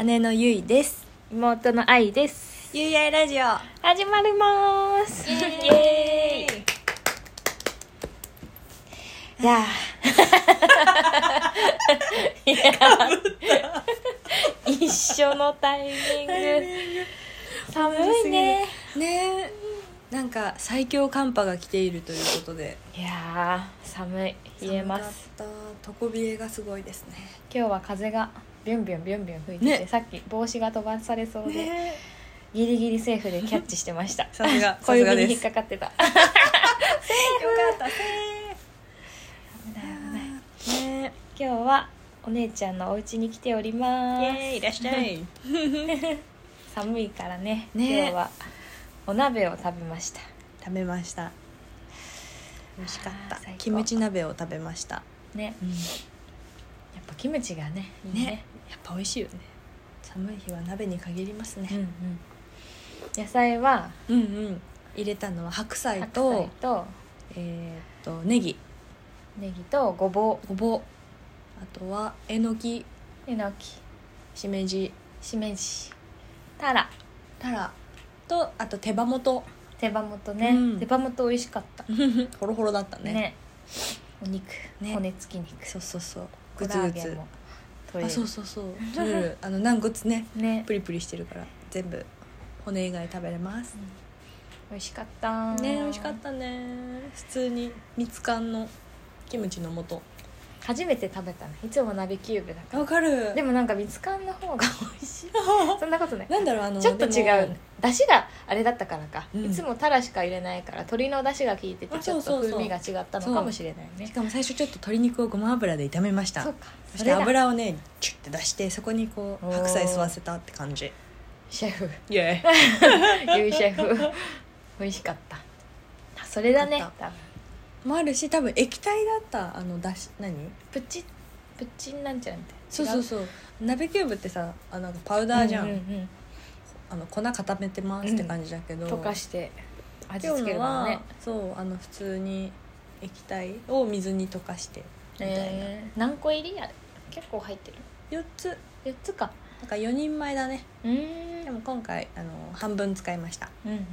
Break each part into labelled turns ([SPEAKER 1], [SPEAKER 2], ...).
[SPEAKER 1] 姉のゆいです
[SPEAKER 2] 妹の愛です
[SPEAKER 1] ゆいあいラジオ
[SPEAKER 2] 始まります
[SPEAKER 1] イエーイ
[SPEAKER 2] エーイいやーいや一緒のタイミング寒いね
[SPEAKER 1] ねえなんか最強寒波が来ているということで
[SPEAKER 2] いやー寒い言えます
[SPEAKER 1] 寒かった底冷えがすごいですね
[SPEAKER 2] 今日は風がビュンビュンビュンビュン吹いてて、
[SPEAKER 1] ね
[SPEAKER 2] さっき帽子が飛ばされそうで、
[SPEAKER 1] ね
[SPEAKER 2] ギリギリセーフでキャッチしてました
[SPEAKER 1] さす が
[SPEAKER 2] 小
[SPEAKER 1] さす
[SPEAKER 2] 指
[SPEAKER 1] がで
[SPEAKER 2] に
[SPEAKER 1] す
[SPEAKER 2] 引っかかってた
[SPEAKER 1] えよかったねね
[SPEAKER 2] 今日はお姉ちゃんのお家に来ております
[SPEAKER 1] イいらっしゃい
[SPEAKER 2] 寒いからね
[SPEAKER 1] ね
[SPEAKER 2] 今日はお鍋を食べました
[SPEAKER 1] 食べました美味しかっ
[SPEAKER 2] あ
[SPEAKER 1] た
[SPEAKER 2] ー最高
[SPEAKER 1] キムチ鍋を食べました、
[SPEAKER 2] ね
[SPEAKER 1] うん、
[SPEAKER 2] やっぱキムチがねいいね
[SPEAKER 1] ねやっぱ美味しいよね寒い日は鍋に限ります
[SPEAKER 2] うんう
[SPEAKER 1] ね、
[SPEAKER 2] ん野菜は
[SPEAKER 1] うん、うん入れたのは白菜
[SPEAKER 2] 白
[SPEAKER 1] と
[SPEAKER 2] 菜と
[SPEAKER 1] えーっとネギ
[SPEAKER 2] ネギとごぼ
[SPEAKER 1] ごぼうあとはえのき
[SPEAKER 2] うえのき
[SPEAKER 1] しめじ
[SPEAKER 2] しめじたら
[SPEAKER 1] たらとあと手羽元
[SPEAKER 2] 手羽元ね、
[SPEAKER 1] うん
[SPEAKER 2] 手羽元美味しかった
[SPEAKER 1] ホロホロだった
[SPEAKER 2] ね
[SPEAKER 1] ね
[SPEAKER 2] お肉、
[SPEAKER 1] ね
[SPEAKER 2] 骨付き肉
[SPEAKER 1] そうそうそう
[SPEAKER 2] コ
[SPEAKER 1] グツ
[SPEAKER 2] ラ
[SPEAKER 1] グ
[SPEAKER 2] ーゲン
[SPEAKER 1] ツ
[SPEAKER 2] も取
[SPEAKER 1] あ
[SPEAKER 2] れ
[SPEAKER 1] そう
[SPEAKER 2] る
[SPEAKER 1] そうそう取れ るあの軟骨ね
[SPEAKER 2] ね
[SPEAKER 1] プリプリしてるから全部骨以外食べれます
[SPEAKER 2] 美味しかった
[SPEAKER 1] ね美味しかったね普通にみつかんのキムチの素
[SPEAKER 2] 初めて食べたねいつも鍋キューブだから
[SPEAKER 1] わかる
[SPEAKER 2] でもなんかみつかんの方が美味しいそんなことな い
[SPEAKER 1] なんだろうあの
[SPEAKER 2] ちょっと違
[SPEAKER 1] で
[SPEAKER 2] う
[SPEAKER 1] も
[SPEAKER 2] だしがあれだったからか、
[SPEAKER 1] うん
[SPEAKER 2] いつもタラしか入れないから鶏のだしが効いてて
[SPEAKER 1] あ
[SPEAKER 2] ちょっ
[SPEAKER 1] そうそ
[SPEAKER 2] と
[SPEAKER 1] うそう
[SPEAKER 2] 風味が違ったのかもしれない
[SPEAKER 1] し
[SPEAKER 2] ね
[SPEAKER 1] かも最初ちょっと鶏肉をごま油で炒めまし
[SPEAKER 2] そ
[SPEAKER 1] た
[SPEAKER 2] うか
[SPEAKER 1] そし
[SPEAKER 2] そ
[SPEAKER 1] て
[SPEAKER 2] れだ
[SPEAKER 1] 油をねチュッて出してそこにこう
[SPEAKER 2] おー
[SPEAKER 1] 白菜吸わせたって感じ
[SPEAKER 2] シェフ
[SPEAKER 1] イエ
[SPEAKER 2] ゆいシェフ 美味しかったあそれだね
[SPEAKER 1] よかっ
[SPEAKER 2] 多分
[SPEAKER 1] イもあるし多分液体だったあのだし何
[SPEAKER 2] プチプチンなんちゃらみたいな
[SPEAKER 1] そうそう
[SPEAKER 2] う
[SPEAKER 1] そう鍋キューブってさあなんかパウダーじゃん、
[SPEAKER 2] うんうん
[SPEAKER 1] あの粉固めてますって感じだけど、
[SPEAKER 2] うん溶かして味
[SPEAKER 1] 今日
[SPEAKER 2] 付ける
[SPEAKER 1] の
[SPEAKER 2] の
[SPEAKER 1] は、
[SPEAKER 2] ね
[SPEAKER 1] そうあの普通に液体を水に溶かしてみたいな、
[SPEAKER 2] えー、何個入りや結構入ってる
[SPEAKER 1] 4つ
[SPEAKER 2] 4つか
[SPEAKER 1] なんか4人前だね
[SPEAKER 2] うーん
[SPEAKER 1] でも今回あの半分使いました、
[SPEAKER 2] うんうんうん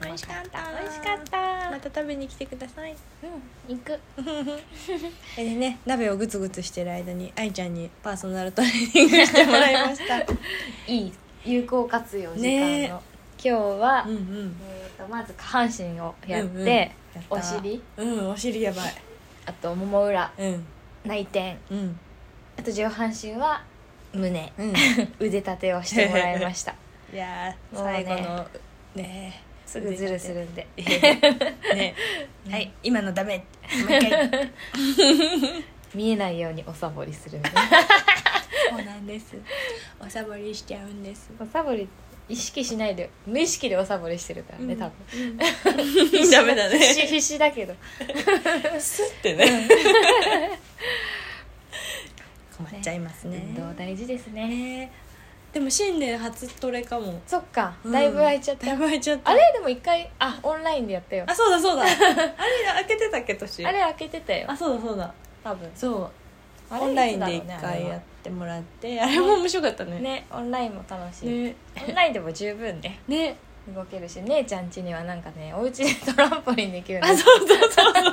[SPEAKER 1] 美味しかった
[SPEAKER 2] 美味しかった
[SPEAKER 1] また食べに来てください
[SPEAKER 2] うん行く
[SPEAKER 1] でね鍋をグツグツしてる間に愛ちゃんにパーソナルトレーニングしてもらいました
[SPEAKER 2] いい有効活用時間の、
[SPEAKER 1] ね
[SPEAKER 2] 今日は、
[SPEAKER 1] うんうん
[SPEAKER 2] えー、とまず下半身をやって、
[SPEAKER 1] うんうんやった
[SPEAKER 2] お尻
[SPEAKER 1] うんお尻やばい
[SPEAKER 2] あともも裏
[SPEAKER 1] うん
[SPEAKER 2] 内転
[SPEAKER 1] うん
[SPEAKER 2] あと上半身は胸
[SPEAKER 1] うん
[SPEAKER 2] 腕立てをしてもらい ました
[SPEAKER 1] いやー
[SPEAKER 2] もうね
[SPEAKER 1] 最後のね
[SPEAKER 2] すぐズルするんで
[SPEAKER 1] ね、 はい今のダメもう一回
[SPEAKER 2] 見えないようにおサボりするんで
[SPEAKER 1] そうなんですおサボりしちゃうんです
[SPEAKER 2] おサボり意識しないで無意識でおサボりしてるからね多分、
[SPEAKER 1] うんダメだね
[SPEAKER 2] 必死必死だけど
[SPEAKER 1] スッてね 困っちゃいますね
[SPEAKER 2] 運動大事ですね
[SPEAKER 1] ねでも新年初トレかも
[SPEAKER 2] そっか
[SPEAKER 1] うん
[SPEAKER 2] だいぶ空いちゃった、
[SPEAKER 1] だいぶ空いちゃった
[SPEAKER 2] あれでも一回あオンラインでやったよ
[SPEAKER 1] あそうだそうだ あれ開けてたっけ年
[SPEAKER 2] あれ開けてたよ
[SPEAKER 1] あそうだそうだ
[SPEAKER 2] 多分
[SPEAKER 1] そう
[SPEAKER 2] あれ
[SPEAKER 1] オンラインで
[SPEAKER 2] い
[SPEAKER 1] 一
[SPEAKER 2] つだろうね
[SPEAKER 1] 回やってもらってあれも面白かった
[SPEAKER 2] あれは
[SPEAKER 1] ね
[SPEAKER 2] ねオンラインも楽しい、
[SPEAKER 1] ね
[SPEAKER 2] オンラインでも十分ね
[SPEAKER 1] ね
[SPEAKER 2] 動けるし姉ちゃん家にはなんかねお家でトランポリンできるの
[SPEAKER 1] あそうそう
[SPEAKER 2] だか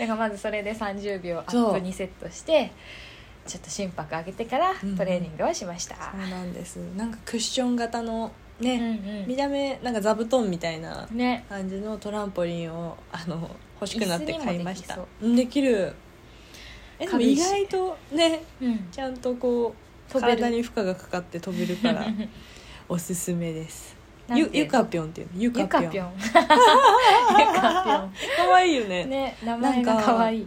[SPEAKER 2] らまずそれで30秒アップにセットしてちょっと心拍上げてから
[SPEAKER 1] うんうん
[SPEAKER 2] トレーニングをしました、
[SPEAKER 1] そうなんですなんかクッション型の
[SPEAKER 2] うん
[SPEAKER 1] ね、見
[SPEAKER 2] う
[SPEAKER 1] た目なんか座布団みたいなん
[SPEAKER 2] ね
[SPEAKER 1] 感じのトランポリンをあの欲しくなって買いました
[SPEAKER 2] 椅子にも
[SPEAKER 1] うんできるえでも
[SPEAKER 2] 軽い
[SPEAKER 1] 意
[SPEAKER 2] し
[SPEAKER 1] 外とね
[SPEAKER 2] うん
[SPEAKER 1] ちゃんとこう
[SPEAKER 2] 飛べる
[SPEAKER 1] 体に負荷がかかって飛べる からおすすめです
[SPEAKER 2] なん
[SPEAKER 1] ゆ
[SPEAKER 2] ていう
[SPEAKER 1] ゆかぴょんっていうのゆ
[SPEAKER 2] ゆ
[SPEAKER 1] か
[SPEAKER 2] か
[SPEAKER 1] ぴ
[SPEAKER 2] ぴ
[SPEAKER 1] ょん
[SPEAKER 2] ょんゆか
[SPEAKER 1] かわいいよ
[SPEAKER 2] ぴょ
[SPEAKER 1] ね
[SPEAKER 2] んね名前が可愛い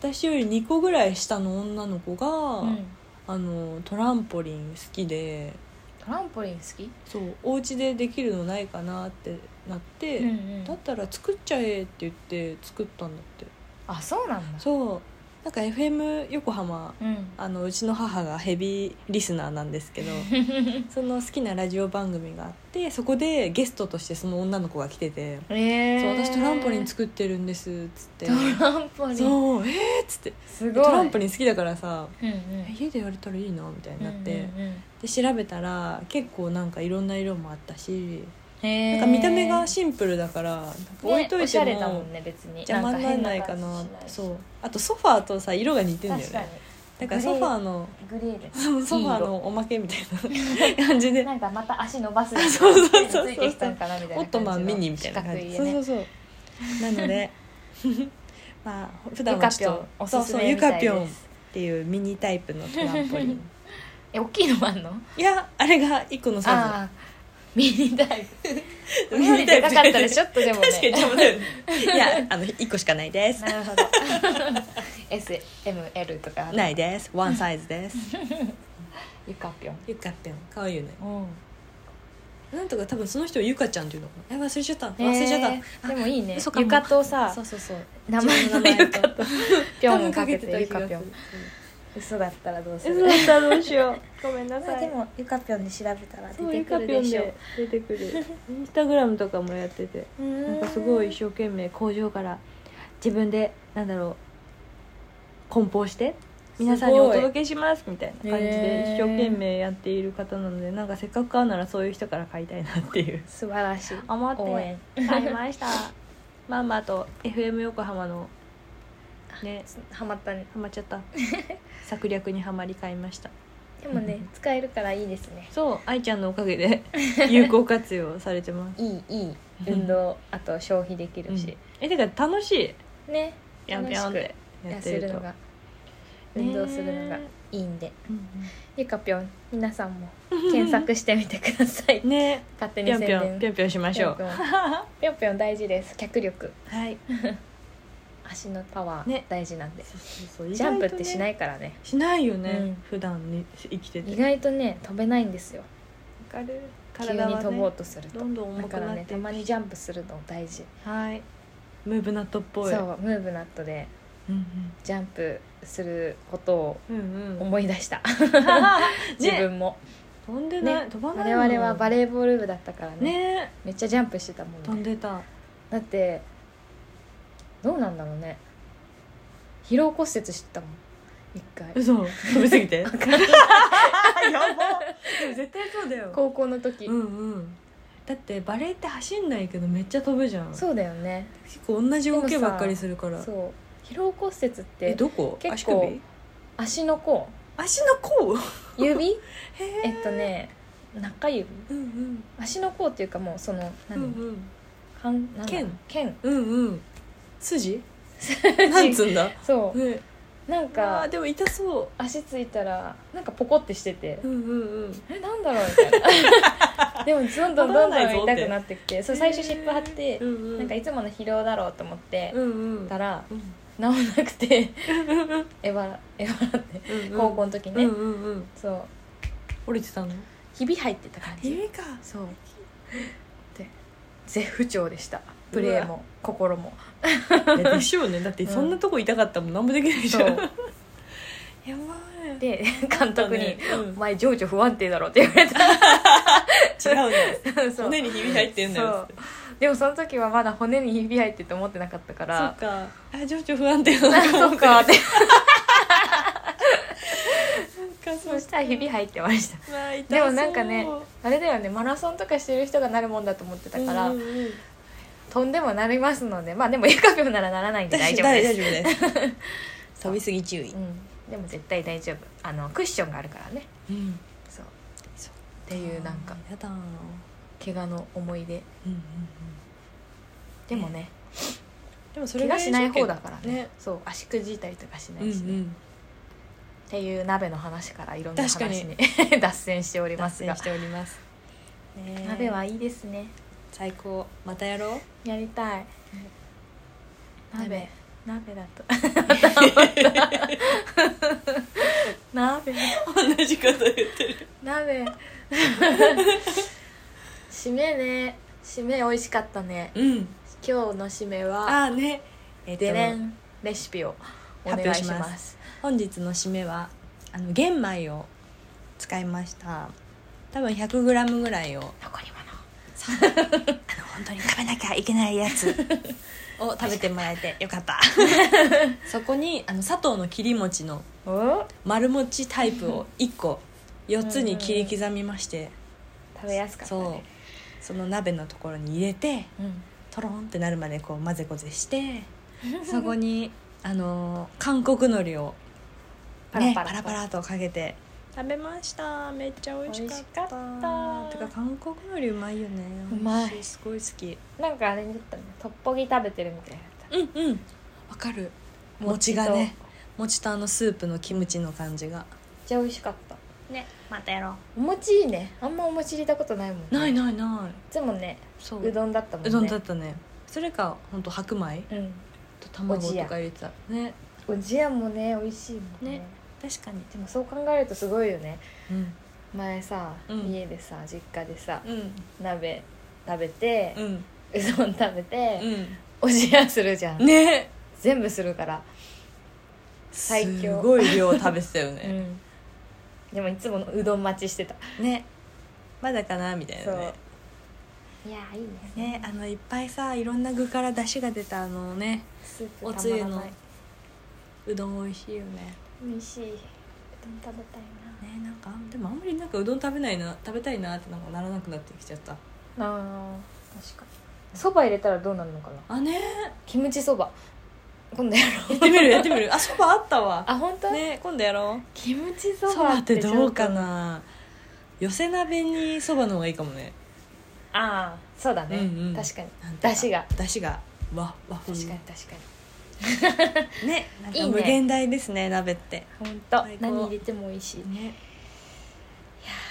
[SPEAKER 1] 私より2個ぐらい下の女の子が、
[SPEAKER 2] うん
[SPEAKER 1] あのトランポリン好きで
[SPEAKER 2] トランポリン好き
[SPEAKER 1] そうお家でできるのないかなってなって、
[SPEAKER 2] うんうん
[SPEAKER 1] だったら作っちゃえって言って作ったんだって
[SPEAKER 2] あそうなんだ
[SPEAKER 1] そうなんか FM 横浜
[SPEAKER 2] うん
[SPEAKER 1] あのうちの母がヘビーリスナーなんですけ ど その好きなラジオ番組があってそこでゲストとしてその女の子が来てて
[SPEAKER 2] えー、
[SPEAKER 1] そう私トランポリン作ってるんですっつって
[SPEAKER 2] トランポリン
[SPEAKER 1] そうえー、っつって
[SPEAKER 2] すご
[SPEAKER 1] ト
[SPEAKER 2] い
[SPEAKER 1] ランポリン好きだからさ
[SPEAKER 2] うんう
[SPEAKER 1] え
[SPEAKER 2] ん
[SPEAKER 1] 家でやれたらいいなみたいになって、
[SPEAKER 2] うんうん
[SPEAKER 1] で調べたら結構なんかいろんな色もあったし、
[SPEAKER 2] うんへ
[SPEAKER 1] な
[SPEAKER 2] ー
[SPEAKER 1] んか見た目がシンプルだからなんか置いと
[SPEAKER 2] ねお
[SPEAKER 1] い
[SPEAKER 2] してゃ
[SPEAKER 1] も
[SPEAKER 2] れだもんね別に
[SPEAKER 1] 邪魔にならないかな
[SPEAKER 2] う
[SPEAKER 1] そうあとソファーとさ色が似てんだよ
[SPEAKER 2] 確かに
[SPEAKER 1] ねだからソファーの
[SPEAKER 2] グレーで
[SPEAKER 1] そう ソファーのおまけみたいな感じで
[SPEAKER 2] なんかまた足伸ばすやつ
[SPEAKER 1] そうそうそうそう
[SPEAKER 2] ついてきたんかなみたいな
[SPEAKER 1] オットマンミニみたいな感じ、そうそうそうなの でまあ普段
[SPEAKER 2] ゆ
[SPEAKER 1] は
[SPEAKER 2] か
[SPEAKER 1] ち
[SPEAKER 2] ぴ
[SPEAKER 1] ょ
[SPEAKER 2] ょ
[SPEAKER 1] っ
[SPEAKER 2] ん
[SPEAKER 1] と
[SPEAKER 2] おすす
[SPEAKER 1] そうそう
[SPEAKER 2] め
[SPEAKER 1] ゆ
[SPEAKER 2] みた
[SPEAKER 1] か
[SPEAKER 2] い
[SPEAKER 1] ぴょんっ
[SPEAKER 2] です
[SPEAKER 1] ていうミニタイプのトランポリン
[SPEAKER 2] え大きいのもあんの
[SPEAKER 1] いやあれが一個のサ
[SPEAKER 2] ああミニタイ
[SPEAKER 1] イズ
[SPEAKER 2] プミニでかかったらちょ
[SPEAKER 1] っ
[SPEAKER 2] っとでもね
[SPEAKER 1] 確かに邪魔だよねいやあの一個しかないです
[SPEAKER 2] なるほど SML とかある
[SPEAKER 1] ないですワンサイズです
[SPEAKER 2] ゆかぴょん
[SPEAKER 1] ゆかぴょんかわいいよね
[SPEAKER 2] うん
[SPEAKER 1] なんとか多分その人をゆかちゃんっていうのかなえ忘れちゃった忘れちゃった、
[SPEAKER 2] えーでもいいね
[SPEAKER 1] そうかも
[SPEAKER 2] ゆかとさ
[SPEAKER 1] そうそうそう
[SPEAKER 2] 名前のゆかとぴょんをかけてゆかぴょ
[SPEAKER 1] ん
[SPEAKER 2] ん嘘だったらどうす
[SPEAKER 1] え
[SPEAKER 2] る
[SPEAKER 1] そうだったらどうしようごめんな
[SPEAKER 2] ま
[SPEAKER 1] さ
[SPEAKER 2] あ
[SPEAKER 1] い
[SPEAKER 2] でもゆかぴょんで調べたら出
[SPEAKER 1] そう
[SPEAKER 2] て
[SPEAKER 1] ゆ
[SPEAKER 2] く
[SPEAKER 1] か
[SPEAKER 2] る
[SPEAKER 1] ぴょ
[SPEAKER 2] で
[SPEAKER 1] ん
[SPEAKER 2] しょう
[SPEAKER 1] で出てくる インスタグラムとかもやっててな
[SPEAKER 2] なん
[SPEAKER 1] かすごい一生懸命工場から自分でなんだろう梱包して皆さんにお届けしますみたいな感じで
[SPEAKER 2] へ
[SPEAKER 1] 一
[SPEAKER 2] ー
[SPEAKER 1] 生懸命やっている方なのでなんかせっかく買うならそういう人から買いたいなっていう
[SPEAKER 2] 素晴らしい
[SPEAKER 1] 思って
[SPEAKER 2] 応援
[SPEAKER 1] 買いましたまんまと FM 横浜のね
[SPEAKER 2] ハマったね
[SPEAKER 1] ハマっちゃった 策略にはまり買いました
[SPEAKER 2] でもね使えるからいいですね
[SPEAKER 1] そう愛ちゃんのおかげで有効活用されてます
[SPEAKER 2] いいいい運動あと消費できるし、
[SPEAKER 1] えてか楽しい
[SPEAKER 2] ね
[SPEAKER 1] ぴょんぴょんってや
[SPEAKER 2] 痩
[SPEAKER 1] って
[SPEAKER 2] せ
[SPEAKER 1] る
[SPEAKER 2] る
[SPEAKER 1] と
[SPEAKER 2] のが運動するのがいいんで、ゆかぴょん皆さんも検索してみてください
[SPEAKER 1] ね
[SPEAKER 2] 勝手
[SPEAKER 1] え
[SPEAKER 2] に
[SPEAKER 1] ぴょ
[SPEAKER 2] 宣
[SPEAKER 1] んぴょんぴょ
[SPEAKER 2] 伝
[SPEAKER 1] んぴょんしましょう
[SPEAKER 2] ぴょんぴょん大事です脚力
[SPEAKER 1] はい
[SPEAKER 2] 足のパワー
[SPEAKER 1] ね
[SPEAKER 2] 大事なんで、
[SPEAKER 1] ジ
[SPEAKER 2] ジャンプってしないいからね
[SPEAKER 1] しないよね、
[SPEAKER 2] うん
[SPEAKER 1] 普段に生きてて
[SPEAKER 2] 意外とね飛べないんですよ
[SPEAKER 1] かる
[SPEAKER 2] 急に
[SPEAKER 1] 体は、ね、
[SPEAKER 2] 飛ぼうとすると
[SPEAKER 1] どんどん
[SPEAKER 2] だ
[SPEAKER 1] 重
[SPEAKER 2] か
[SPEAKER 1] く
[SPEAKER 2] ら
[SPEAKER 1] な
[SPEAKER 2] ね
[SPEAKER 1] って
[SPEAKER 2] たまにジャンプするの大事
[SPEAKER 1] はいムーブナットっ
[SPEAKER 2] そ
[SPEAKER 1] ぽ
[SPEAKER 2] う
[SPEAKER 1] い
[SPEAKER 2] ムーブナットで
[SPEAKER 1] うん
[SPEAKER 2] ジャンプすることを
[SPEAKER 1] うんうんうん
[SPEAKER 2] 思い出した、 自
[SPEAKER 1] ね
[SPEAKER 2] 分も、
[SPEAKER 1] 飛んでない、
[SPEAKER 2] ね、
[SPEAKER 1] 飛ばない
[SPEAKER 2] 我々はバレーボール部だったからね
[SPEAKER 1] ねえ
[SPEAKER 2] めっちゃジャンプしてたもん
[SPEAKER 1] 飛ん
[SPEAKER 2] ね
[SPEAKER 1] でた
[SPEAKER 2] だってどうなんだろうね疲労骨折してたもん一回
[SPEAKER 1] 嘘飛びすぎて やば
[SPEAKER 2] わかんない
[SPEAKER 1] でも絶対そうだよ
[SPEAKER 2] 高校の時、
[SPEAKER 1] うんうんだってバレーって走んないけどめっちゃ飛ぶじゃん
[SPEAKER 2] そうだよね
[SPEAKER 1] 結構同じ動きばっかりするから
[SPEAKER 2] そう疲労骨折っ
[SPEAKER 1] え
[SPEAKER 2] て
[SPEAKER 1] どこ
[SPEAKER 2] 結構
[SPEAKER 1] 足首
[SPEAKER 2] 足の甲
[SPEAKER 1] 足の甲
[SPEAKER 2] 指
[SPEAKER 1] へえ
[SPEAKER 2] えっとね中指
[SPEAKER 1] うんうん
[SPEAKER 2] 足の甲っていうかもうその
[SPEAKER 1] うんう
[SPEAKER 2] 何、
[SPEAKER 1] ん
[SPEAKER 2] かんなんだ
[SPEAKER 1] 剣
[SPEAKER 2] 剣
[SPEAKER 1] うんうん筋なんつうん だ
[SPEAKER 2] そ
[SPEAKER 1] ね
[SPEAKER 2] うなん
[SPEAKER 1] あ
[SPEAKER 2] か
[SPEAKER 1] ーでも痛そ
[SPEAKER 2] 足ついたらなんかポコってしてて
[SPEAKER 1] ううんうんうん
[SPEAKER 2] えなんだろうみたい なでもどんどんどんどん痛くなってきてそう最初尻尾張って、
[SPEAKER 1] うんうん
[SPEAKER 2] なんかいつもの疲労だろうと思って、
[SPEAKER 1] うんうん
[SPEAKER 2] たら
[SPEAKER 1] うん
[SPEAKER 2] 治んなくてえばらえばらって
[SPEAKER 1] うんうん
[SPEAKER 2] 高校の時
[SPEAKER 1] う
[SPEAKER 2] ね、
[SPEAKER 1] んうんうん
[SPEAKER 2] そう
[SPEAKER 1] 折れてたの
[SPEAKER 2] ひび入ってた感じ
[SPEAKER 1] 指か
[SPEAKER 2] そうで絶不調でしたプレーも心も
[SPEAKER 1] いやでしょうねだってそんなとこ痛かったらもん何もできないじ
[SPEAKER 2] そ
[SPEAKER 1] ゃん
[SPEAKER 2] う
[SPEAKER 1] やばい
[SPEAKER 2] で監督に
[SPEAKER 1] あったねうん
[SPEAKER 2] 「お前情緒不安定だろ」って言われた
[SPEAKER 1] 違うね
[SPEAKER 2] そう
[SPEAKER 1] 骨にひび入ってんだ
[SPEAKER 2] そ
[SPEAKER 1] よ
[SPEAKER 2] うでもその時はまだ骨にひび入ってて思ってなかったか
[SPEAKER 1] そ
[SPEAKER 2] ら
[SPEAKER 1] っかあ情緒不安定だ
[SPEAKER 2] あ
[SPEAKER 1] な
[SPEAKER 2] そうかって
[SPEAKER 1] かそ
[SPEAKER 2] そうしたらひび入ってました
[SPEAKER 1] まあ痛そう
[SPEAKER 2] でもなんかねあれだよねマラソンとかしてる人がなるもんだと思ってたから、
[SPEAKER 1] うんうんうん
[SPEAKER 2] 飛んでもなりますのでまあでもゆかぴょんならならないんで大丈夫です、
[SPEAKER 1] 大丈夫です飛びすぎ注意
[SPEAKER 2] うん、でも絶対大丈夫あのクッションがあるからね
[SPEAKER 1] うん
[SPEAKER 2] そう
[SPEAKER 1] そう
[SPEAKER 2] っていうなんか
[SPEAKER 1] やだな
[SPEAKER 2] 怪我の思い出
[SPEAKER 1] うんうんうん
[SPEAKER 2] でもね
[SPEAKER 1] でもそ
[SPEAKER 2] 怪我しない方だからね
[SPEAKER 1] ね
[SPEAKER 2] そう足くじいたりとかしな
[SPEAKER 1] うんう
[SPEAKER 2] いしね、
[SPEAKER 1] ん
[SPEAKER 2] っていう鍋の話からいろんな
[SPEAKER 1] 確かに
[SPEAKER 2] 話に 脱線しておりますが
[SPEAKER 1] ております
[SPEAKER 2] 鍋はいいですね
[SPEAKER 1] 最高またやろう
[SPEAKER 2] やりたい鍋
[SPEAKER 1] 鍋
[SPEAKER 2] 鍋だと 鍋
[SPEAKER 1] 同じこと言ってる
[SPEAKER 2] 鍋締めね締め美味しかったね
[SPEAKER 1] うん
[SPEAKER 2] 今日の締めは
[SPEAKER 1] ああねえっと
[SPEAKER 2] でれんレシピをお願いします
[SPEAKER 1] 本日の締めはあの玄米を使いました多分 100g ぐらいを
[SPEAKER 2] 残り物
[SPEAKER 1] あの本当に食べなきゃいけないやつ を食べてもらえてよかった そこにあの砂糖の切り餅の
[SPEAKER 2] お
[SPEAKER 1] 丸餅タイプを1個4つに切り刻みまして
[SPEAKER 2] 食べやすかった
[SPEAKER 1] そ
[SPEAKER 2] ね
[SPEAKER 1] うその鍋のところに入れて
[SPEAKER 2] うん
[SPEAKER 1] トロンってなるまでこう混ぜこぜして そこにあのー韓国海苔を、ね、パラパラとかけて食べましためっちゃ美味しかった
[SPEAKER 2] 美味しかった
[SPEAKER 1] てか韓国海苔うまいよね
[SPEAKER 2] うまい
[SPEAKER 1] 美味しすごい好き
[SPEAKER 2] なんかあれだったねトッポギ食べてるみたいだった
[SPEAKER 1] うんうんわかる餅がね餅とあのスープのキムチの感じが
[SPEAKER 2] めっちゃ美味しかったね
[SPEAKER 1] またやろ
[SPEAKER 2] お餅いいねあんまお餅入れたことないもんね、
[SPEAKER 1] うない
[SPEAKER 2] い
[SPEAKER 1] ないない
[SPEAKER 2] つもね
[SPEAKER 1] そう
[SPEAKER 2] うどんだったもんね
[SPEAKER 1] うどんだったねそれか本当白米
[SPEAKER 2] うん
[SPEAKER 1] と卵とか入れてたね
[SPEAKER 2] おじやもね美味しいもんね
[SPEAKER 1] ね確かに
[SPEAKER 2] でもそう考えるとすごいよね
[SPEAKER 1] うん
[SPEAKER 2] 前さ、
[SPEAKER 1] うん
[SPEAKER 2] 家でさ実家でさ
[SPEAKER 1] うん
[SPEAKER 2] 鍋食べて、
[SPEAKER 1] うん
[SPEAKER 2] うどん食べて、
[SPEAKER 1] う
[SPEAKER 2] おじやするじゃん、
[SPEAKER 1] んね
[SPEAKER 2] 全部するから、最強
[SPEAKER 1] すごい量食べてたよ
[SPEAKER 2] う
[SPEAKER 1] ね、
[SPEAKER 2] ん、でもいつものうどん待ちしてた
[SPEAKER 1] ねまだかなみたい
[SPEAKER 2] そ
[SPEAKER 1] な
[SPEAKER 2] う
[SPEAKER 1] ね
[SPEAKER 2] いやいいですね
[SPEAKER 1] ねあのいっぱいさいろんな具から出汁が出たあのね
[SPEAKER 2] スープ
[SPEAKER 1] お
[SPEAKER 2] た
[SPEAKER 1] つゆ
[SPEAKER 2] まら
[SPEAKER 1] の
[SPEAKER 2] ないう
[SPEAKER 1] どん美味しいよね
[SPEAKER 2] 美味しいうどん食べたい
[SPEAKER 1] ねなんかあんでもあんまりなんかうどん食べないな食べたいなってなんかならなくなってきちゃった
[SPEAKER 2] なあー確かにそば入れたらどうなるのかな
[SPEAKER 1] あね
[SPEAKER 2] キムチそば今度やろ
[SPEAKER 1] や
[SPEAKER 2] う
[SPEAKER 1] ってみるやってみるあそばあったわ
[SPEAKER 2] あ本当、
[SPEAKER 1] ね今度やろ
[SPEAKER 2] キムチ
[SPEAKER 1] う
[SPEAKER 2] そ
[SPEAKER 1] そ
[SPEAKER 2] ば
[SPEAKER 1] ばって
[SPEAKER 2] ちょ
[SPEAKER 1] どうかな寄せ鍋にそばの方がいいかもね
[SPEAKER 2] ああそうだね、
[SPEAKER 1] うんうん
[SPEAKER 2] 確かに
[SPEAKER 1] なんていうか
[SPEAKER 2] 出汁が
[SPEAKER 1] 出汁がわ和風
[SPEAKER 2] 確かに確かに
[SPEAKER 1] ねなん
[SPEAKER 2] いい
[SPEAKER 1] か
[SPEAKER 2] ね
[SPEAKER 1] 無限大ですね鍋って
[SPEAKER 2] 本当
[SPEAKER 1] 最高
[SPEAKER 2] 何入れても美味しいま
[SPEAKER 1] ね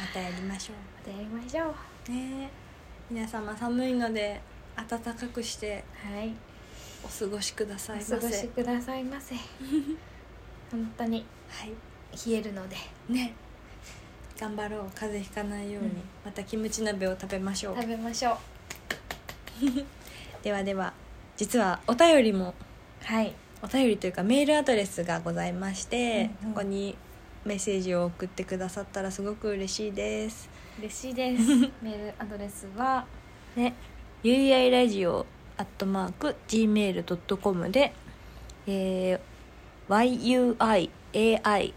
[SPEAKER 1] またやりましょ
[SPEAKER 2] たやりましょう
[SPEAKER 1] うね皆様寒いので暖かくして
[SPEAKER 2] はい
[SPEAKER 1] お過ごしくださいませ
[SPEAKER 2] お過ごしくださいませ本当に
[SPEAKER 1] はい
[SPEAKER 2] 冷えるので
[SPEAKER 1] ね頑張ろう風邪ひかないように、
[SPEAKER 2] うん
[SPEAKER 1] またキムチ鍋を食べましょう
[SPEAKER 2] 食べましょう
[SPEAKER 1] ではでは実はお便りも
[SPEAKER 2] はい
[SPEAKER 1] お便りというかメールアドレスがございまして、
[SPEAKER 2] うんうん
[SPEAKER 1] ここにメッセージを送ってくださったらすごく嬉しいです
[SPEAKER 2] 嬉しいです メールアドレスは
[SPEAKER 1] ね、UI ラジオアットマーク gmail.com で、えー、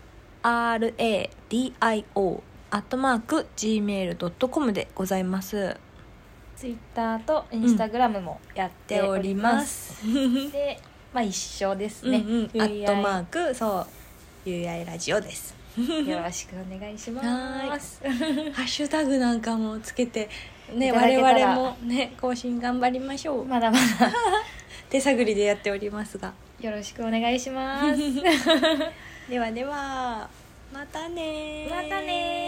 [SPEAKER 1] yuiairadio アットマーク gmail.com でございます
[SPEAKER 2] ツイッターとインスタグラムもやっております、
[SPEAKER 1] す
[SPEAKER 2] でまあ一緒です
[SPEAKER 1] ね、
[SPEAKER 2] ね、
[SPEAKER 1] うんうん、アッ
[SPEAKER 2] UI
[SPEAKER 1] トマークそう UI ラジオです
[SPEAKER 2] よろしくお願いします
[SPEAKER 1] ハッシュタグなんかもつけてね
[SPEAKER 2] いただけたら
[SPEAKER 1] 我々もね更新頑張りましょう
[SPEAKER 2] まだまだ
[SPEAKER 1] 手探りでやっておりますが
[SPEAKER 2] よろしくお願いします
[SPEAKER 1] ではではまたねー
[SPEAKER 2] またねー